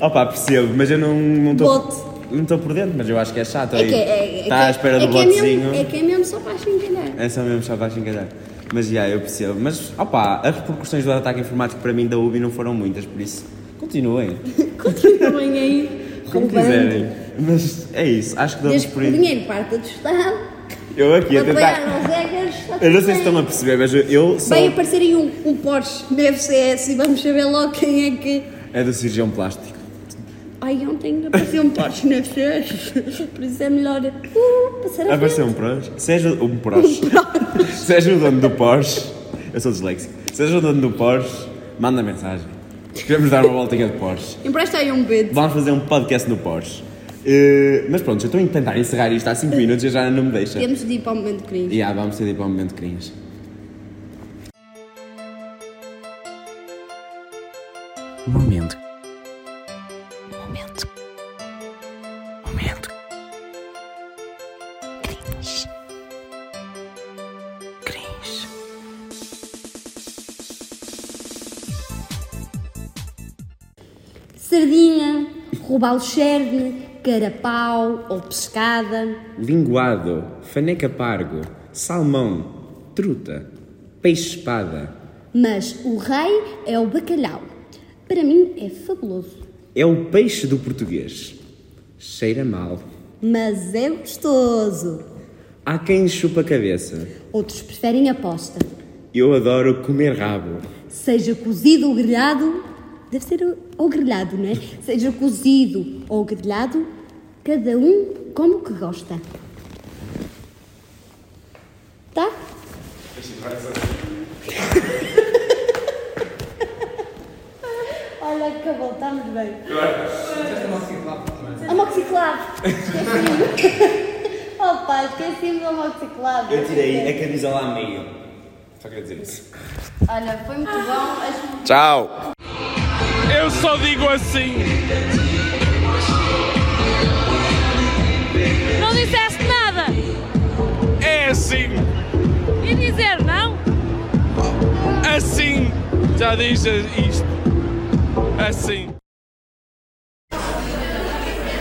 Speaker 3: Opa, percebo, mas eu não estou. Não tô-
Speaker 1: Bote.
Speaker 3: não estou por dentro, mas eu acho que é chato
Speaker 1: é
Speaker 3: aí.
Speaker 1: que é, é que-
Speaker 3: Está à espera
Speaker 1: é
Speaker 3: do
Speaker 1: que é
Speaker 3: botezinho.
Speaker 1: mesmo, é que é mesmo só para chincalhar.
Speaker 3: É só mesmo só para chincalhar. Mas já, eu percebo. Mas, opá, as repercussões do ataque informático para mim da UBI não foram muitas, por isso continuem.
Speaker 1: Continuem aí.
Speaker 3: Como
Speaker 1: roubando.
Speaker 3: quiserem. Mas é isso, acho que damos
Speaker 1: Desde que
Speaker 3: por
Speaker 1: o
Speaker 3: aí.
Speaker 1: dinheiro parte do Estado,
Speaker 3: Eu aqui a
Speaker 1: para pagar
Speaker 3: tentar.
Speaker 1: aos regras, está tudo
Speaker 3: Eu não sei se
Speaker 1: bem.
Speaker 3: estão a perceber, mas eu, eu sou.
Speaker 1: Vai aparecer aí um, um Porsche na FCS e vamos saber logo quem é que.
Speaker 3: É do cirurgião plástico.
Speaker 1: Ai, ontem apareceu um Porsche na FCS, por isso é melhor. Uh, passar a
Speaker 3: Apareceu um Porsche. Seja um Porsche. Seja o dono do Porsche. Eu sou disléxico. Seja o dono do Porsche, manda mensagem. Queremos dar uma voltinha de Porsche.
Speaker 1: Empresta aí um bid.
Speaker 3: Vamos fazer um podcast no Porsche. Eh, mas pronto, eu estou a tentar encerrar isto há 5 minutos e a Jana não me deixa. E
Speaker 1: Temos de ir para o momento cringe.
Speaker 3: ah, vamos sair para o momento cringe.
Speaker 6: Momento. Momento. Momento. Cringe. Cringe.
Speaker 1: Sardinha, roubar luxerne, carapau ou pescada.
Speaker 3: Linguado, faneca pargo, salmão, truta, peixe-espada.
Speaker 1: Mas o rei é o bacalhau. Para mim é fabuloso.
Speaker 3: É o peixe do português. Cheira mal.
Speaker 1: Mas é gostoso.
Speaker 3: Há quem chupa a cabeça.
Speaker 1: Outros preferem a posta.
Speaker 3: Eu adoro comer rabo.
Speaker 1: Seja cozido ou grelhado, deve ser o- ou grelhado, não é? Seja cozido ou grelhado, cada um come o que gosta. Tá? Olha, acabou, estamos bem. Amoxiclave. Esqueci-me. Opa, esqueci-me do amoxiclave.
Speaker 3: Eu tirei a camisola a meio. Só queria dizer isso.
Speaker 5: Olha, foi muito bom. Acho que
Speaker 3: Tchau!
Speaker 7: Eu só digo assim.
Speaker 8: Não disseste nada!
Speaker 7: É assim.
Speaker 8: E dizer não?
Speaker 7: Assim. Já diz isto. Assim.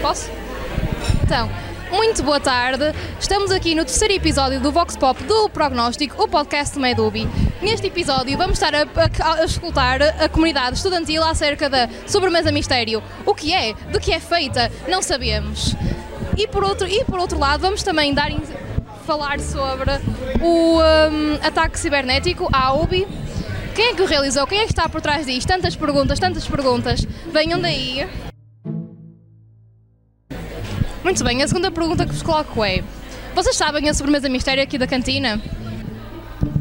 Speaker 8: Posso? Então, muito boa tarde. Estamos aqui no terceiro episódio do Vox Pop do Prognóstico, o podcast do Medubi. Neste episódio vamos estar a, a, a escutar a comunidade estudantil acerca da sobremesa mistério. O que é? De que é feita? Não sabemos. E por outro, e por outro lado vamos também dar in- falar sobre o hum, ataque cibernético à UBI. Quem é que o realizou? Quem é que está por trás disto? Tantas perguntas, tantas perguntas. Venham daí. Muito bem, a segunda pergunta que vos coloco é: Vocês sabem a sobremesa mistério aqui da cantina?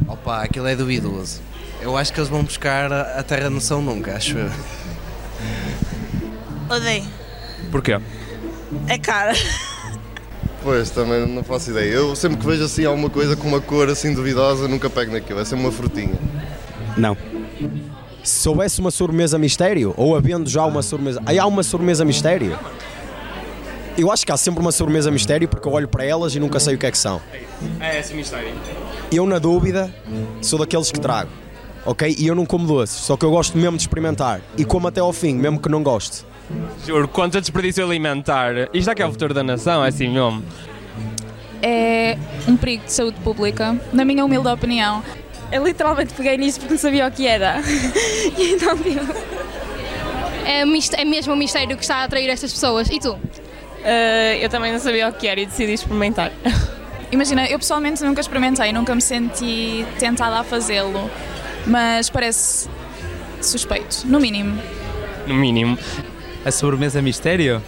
Speaker 9: Opa, aquilo é duvidoso. Eu acho que eles vão buscar a a terra não são nunca, acho eu.
Speaker 10: Odeio.
Speaker 7: Porquê?
Speaker 10: É cara.
Speaker 11: Pois, também não faço ideia. Eu sempre que vejo assim alguma coisa com uma cor assim duvidosa, nunca pego naquilo. É sempre uma frutinha.
Speaker 12: Não. Se soubesse uma sobremesa mistério, ou havendo já uma sobremesa. Aí há uma sobremesa mistério? Eu acho que há sempre uma sobremesa mistério porque eu olho para elas e nunca sei o que é que são.
Speaker 7: É esse mistério.
Speaker 12: Eu, na dúvida, sou daqueles que trago. Ok? E eu não como doces, só que eu gosto mesmo de experimentar. E como até ao fim, mesmo que não goste.
Speaker 7: Juro, quanto a desperdício alimentar. Isto é que é o futuro da nação, é assim mesmo.
Speaker 13: é um perigo de saúde pública, na minha humilde opinião. Eu literalmente peguei nisso porque não sabia o que era. e então viu.
Speaker 8: É, mis- é mesmo um mistério que está a atrair estas pessoas. E tu?
Speaker 13: Eh, eu também não sabia o que era e decidi experimentar. Imagina, eu pessoalmente nunca experimentei, nunca me senti tentada a fazê-lo, mas parece suspeito, no mínimo.
Speaker 7: No mínimo.
Speaker 14: A sobremesa mistério?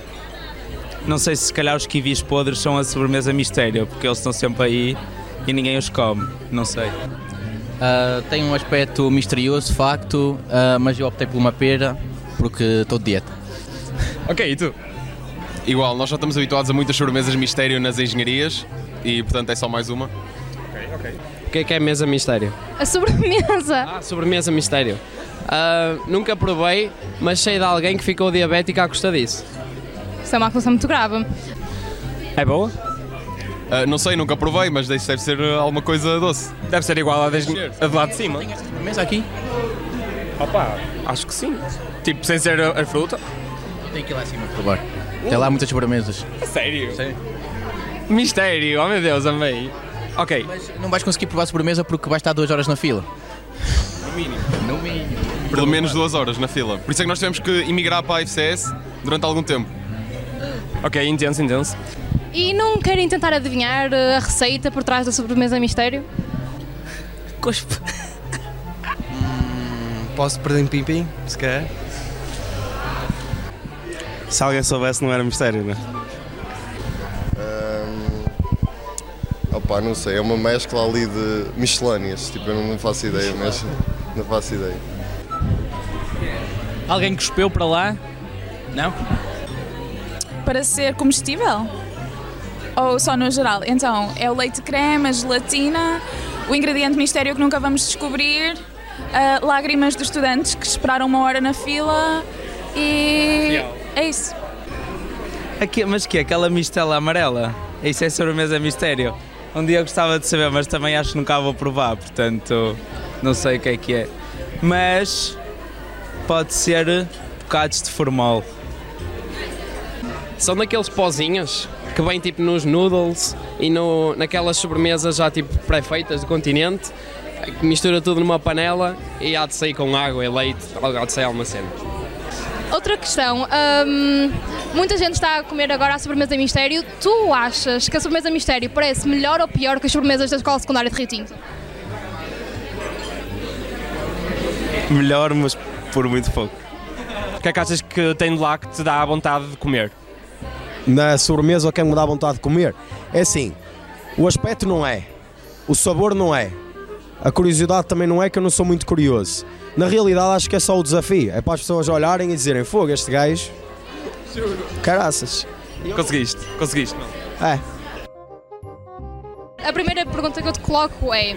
Speaker 14: Não sei se se calhar os kiwis podres são a sobremesa mistério, porque eles estão sempre aí e ninguém os come, não sei.
Speaker 15: tem um aspecto misterioso, de facto, ah, mas eu optei por uma pera porque estou de dieta.
Speaker 16: Ok, e tu? Igual, nós já estamos habituados a muitas sobremesas mistério nas engenharias e, portanto, é só mais uma. Ok, ok.
Speaker 17: O que é que é mesa mistério?
Speaker 8: A sobremesa?
Speaker 17: Ah, sobremesa mistério. Ah, nunca provei, mas sei de alguém que ficou diabético à custa disso.
Speaker 8: Isto é uma acusação muito grave.
Speaker 16: É boa? Ah, não sei, nunca provei, mas deve deve ser ah, alguma coisa doce. Deve ser igual à, de lá de cima.
Speaker 14: Mas aqui?
Speaker 7: Opa, acho que sim. Tipo, sem ser a, a fruta.
Speaker 15: Tem que ir lá acima provar. Tem lá muitas sobremesas.
Speaker 7: Sério? Sim. Mistério, oh meu Deus, amei. Ok.
Speaker 15: Não vais conseguir provar sobremesa porque vais estar duas horas na fila.
Speaker 16: No mínimo. No mínimo. Pelo menos duas horas na fila. Por isso é que nós tivemos que emigrar para a FCS durante algum tempo.
Speaker 7: Ok, intenso, intenso.
Speaker 8: E não querem tentar adivinhar eh, a receita por trás da sobremesa mistério?
Speaker 9: Cuspe. Posso perder um pimpim, se calhar?
Speaker 18: Se alguém soubesse, não era mistério, né?
Speaker 11: Ahm, Opá, não sei. É uma mescla ali de miscelâneas. Tipo, eu não faço ideia, mas não faço ideia.
Speaker 14: Alguém cuspeu para lá? Não?
Speaker 13: Para ser comestível? Ou só no geral? Então, é o leite creme, a gelatina, o ingrediente mistério que nunca vamos descobrir, ah, lágrimas dos estudantes que esperaram uma hora na fila e. É isso.
Speaker 14: Aqui, mas que é? Aquela mistela amarela? Isso é sobremesa mistério. Um dia eu gostava de saber, mas também acho que nunca a vou provar, portanto não sei o que é que é. Mas pode ser bocados de formol.
Speaker 17: São daqueles pozinhos que vêm tipo nos noodles e no, naquelas sobremesas já tipo pré-feitas do continente, que mistura tudo numa panela e há de sair com água e leite, há de sair alguma cena.
Speaker 8: Outra questão. hum, muita gente está a comer agora a sobremesa mistério. Tu achas que a sobremesa mistério parece melhor ou pior que as sobremesas da escola secundária de Rio Tinto?
Speaker 18: Melhor, mas por muito pouco.
Speaker 10: O que é que achas que tem de lá que te dá a vontade de comer?
Speaker 12: na sobremesa ou quem me dá vontade de comer. É assim, o aspecto não é, o sabor não é, a curiosidade também não é, que eu não sou muito curioso. Na realidade, acho que é só o desafio, é para as pessoas olharem e dizerem: Fogo, este gajo, caraças.
Speaker 10: Conseguiste, conseguiste. Não.
Speaker 12: É.
Speaker 8: A primeira pergunta que eu te coloco é: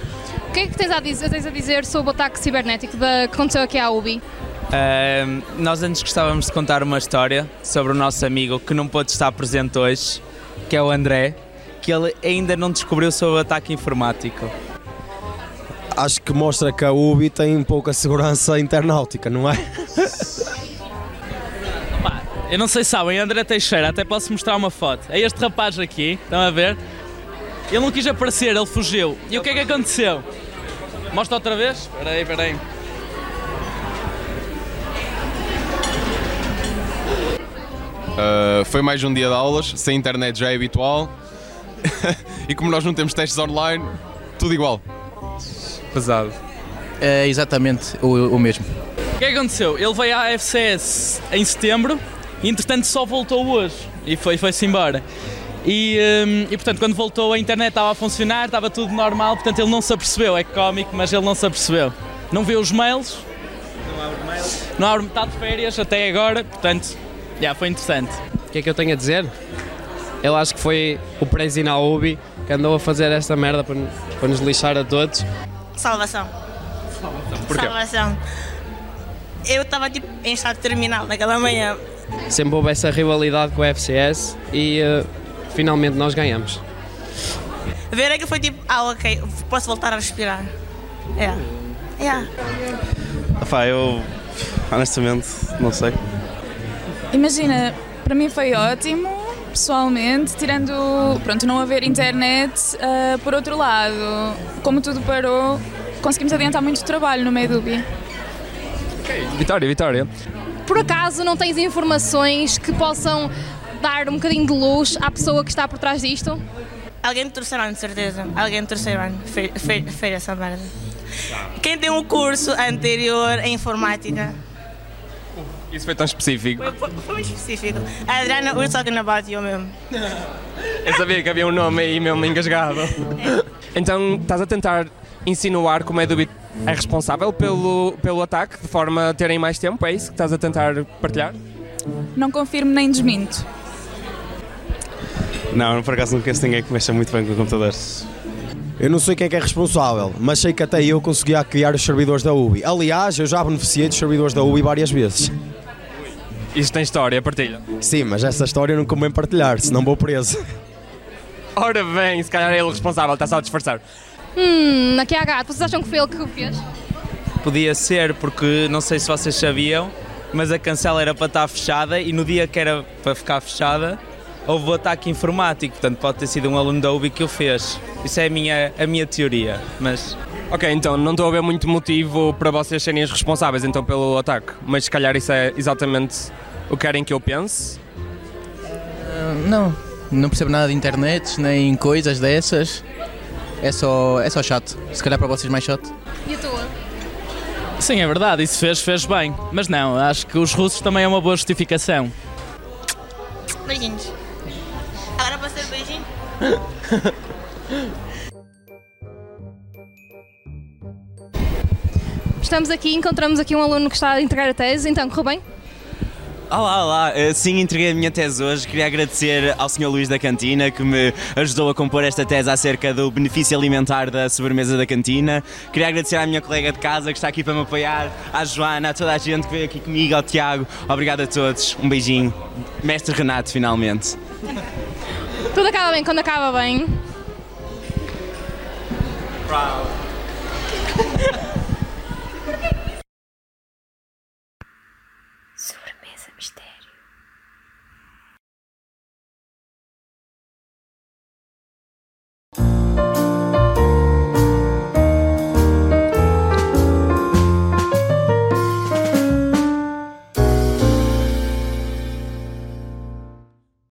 Speaker 8: o que é que tens a dizer, tens a dizer sobre o ataque cibernético da- que aconteceu aqui à UBI?
Speaker 14: Ahm, nós antes gostávamos de contar uma história sobre o nosso amigo que não pôde estar presente hoje, que é o André, que ele ainda não descobriu sobre o ataque informático.
Speaker 12: Acho que mostra que a UBI tem pouca segurança internautica, não é?
Speaker 19: Eu não sei se sabem, André Teixeira, até posso mostrar uma foto. É este rapaz aqui, estão a ver? Ele não quis aparecer, ele fugiu. E o que é que aconteceu? Mostra outra vez? Espera aí, espera aí.
Speaker 16: Uh, foi mais um dia de aulas, sem internet já é habitual. e como nós não temos testes online, tudo igual.
Speaker 14: Pesado.
Speaker 15: É exatamente o, o mesmo.
Speaker 19: O que é que aconteceu? Ele veio à FCS em setembro e entretanto só voltou hoje e foi- foi-se embora. E, hum, e portanto, quando voltou a internet estava a funcionar, estava tudo normal, portanto ele não se apercebeu. É cómico, mas ele não se apercebeu. Não vê os mails. Não abre mails. Não abre metade de férias até agora, portanto, já foi interessante.
Speaker 17: O que é que eu tenho a dizer? Eu acho que foi o Prezi na UBI que andou a fazer esta merda para, para nos lixar a todos.
Speaker 20: Salvação.
Speaker 17: Porquê?
Speaker 20: Salvação. Eu estava tipo em estado terminal naquela manhã.
Speaker 17: Sempre houve essa rivalidade com a FCS e eh, finalmente nós ganhamos.
Speaker 20: Ver é que foi tipo, ah, ok, posso voltar a respirar. É. É.
Speaker 18: Pá, eu honestamente não sei.
Speaker 13: Imagina, para mim foi ótimo, pessoalmente, tirando, pronto, não haver internet. ah, por outro lado, como tudo parou, conseguimos adiantar muito trabalho no meio do BI.
Speaker 10: Vitória, Vitória.
Speaker 8: Por acaso não tens informações que possam dar um bocadinho de luz à pessoa que está por trás disto?
Speaker 20: Alguém me torcerá, de certeza. Alguém me torcerá. Fe- fe- Feira essa merda. Quem tem um curso anterior em informática?
Speaker 10: Isso foi tão específico.
Speaker 20: Foi- Foi muito específico. Adriana, we're talking about you mesmo.
Speaker 10: Eu sabia que havia um nome aí mesmo
Speaker 20: É.
Speaker 10: engasgado.
Speaker 19: Então
Speaker 10: estás a tentar insinuar que o Medubi é responsável pelo, pelo ataque de forma a terem mais tempo, é isso que estás a tentar partilhar?
Speaker 13: Não confirmo nem desminto.
Speaker 18: Não, por acaso não conheço ninguém que mexa muito bem com computadores.
Speaker 12: Eu não sei quem é que é responsável, mas sei que até eu conseguia criar os servidores da UBI. Aliás, eu já beneficiei dos servidores da UBI várias vezes.
Speaker 10: Isto tem história, partilha.
Speaker 12: Sim, mas essa história não convém partilhar, senão vou preso.
Speaker 10: Ora bem, se calhar é ele o responsável, está só a disfarçar.
Speaker 8: Hum, aqui há gato. Vocês acham que foi ele que o fez?
Speaker 14: Podia ser, porque não sei se vocês sabiam, mas a cancela era para estar fechada e no dia que era para ficar fechada houve o ataque informático, portanto pode ter sido um aluno da UBI que o fez. Isso é a minha, a minha teoria, mas...
Speaker 10: Ok, então não estou a ver muito motivo para vocês serem os responsáveis então pelo ataque, mas se calhar isso é exatamente o que querem que eu pense.
Speaker 15: Ah, não, não percebo nada de internet, nem coisas dessas. É só, é só chato. Se calhar para vocês mais chato.
Speaker 8: E a tua?
Speaker 19: Sim, é verdade, isso fez, fez bem. Mas não, acho que os russos também é uma boa justificação.
Speaker 20: Beijinhos. Agora posso ter beijinho?
Speaker 8: Estamos aqui, encontramos aqui um aluno que está a entregar a tese, então correu bem?
Speaker 21: Olá, olá. Eh, Sim, entreguei a minha tese hoje. Queria agradecer ao Sr. Luís da Cantina que me ajudou a compor esta tese acerca do benefício alimentar da sobremesa da cantina. Queria agradecer à minha colega de casa que está aqui para me apoiar, à Joana, a toda a gente que veio aqui comigo, ao Tiago. Obrigado a todos. Um beijinho. Mestre Renato, finalmente.
Speaker 8: Tudo acaba bem quando acaba bem.
Speaker 21: Bravo.
Speaker 8: Porquê que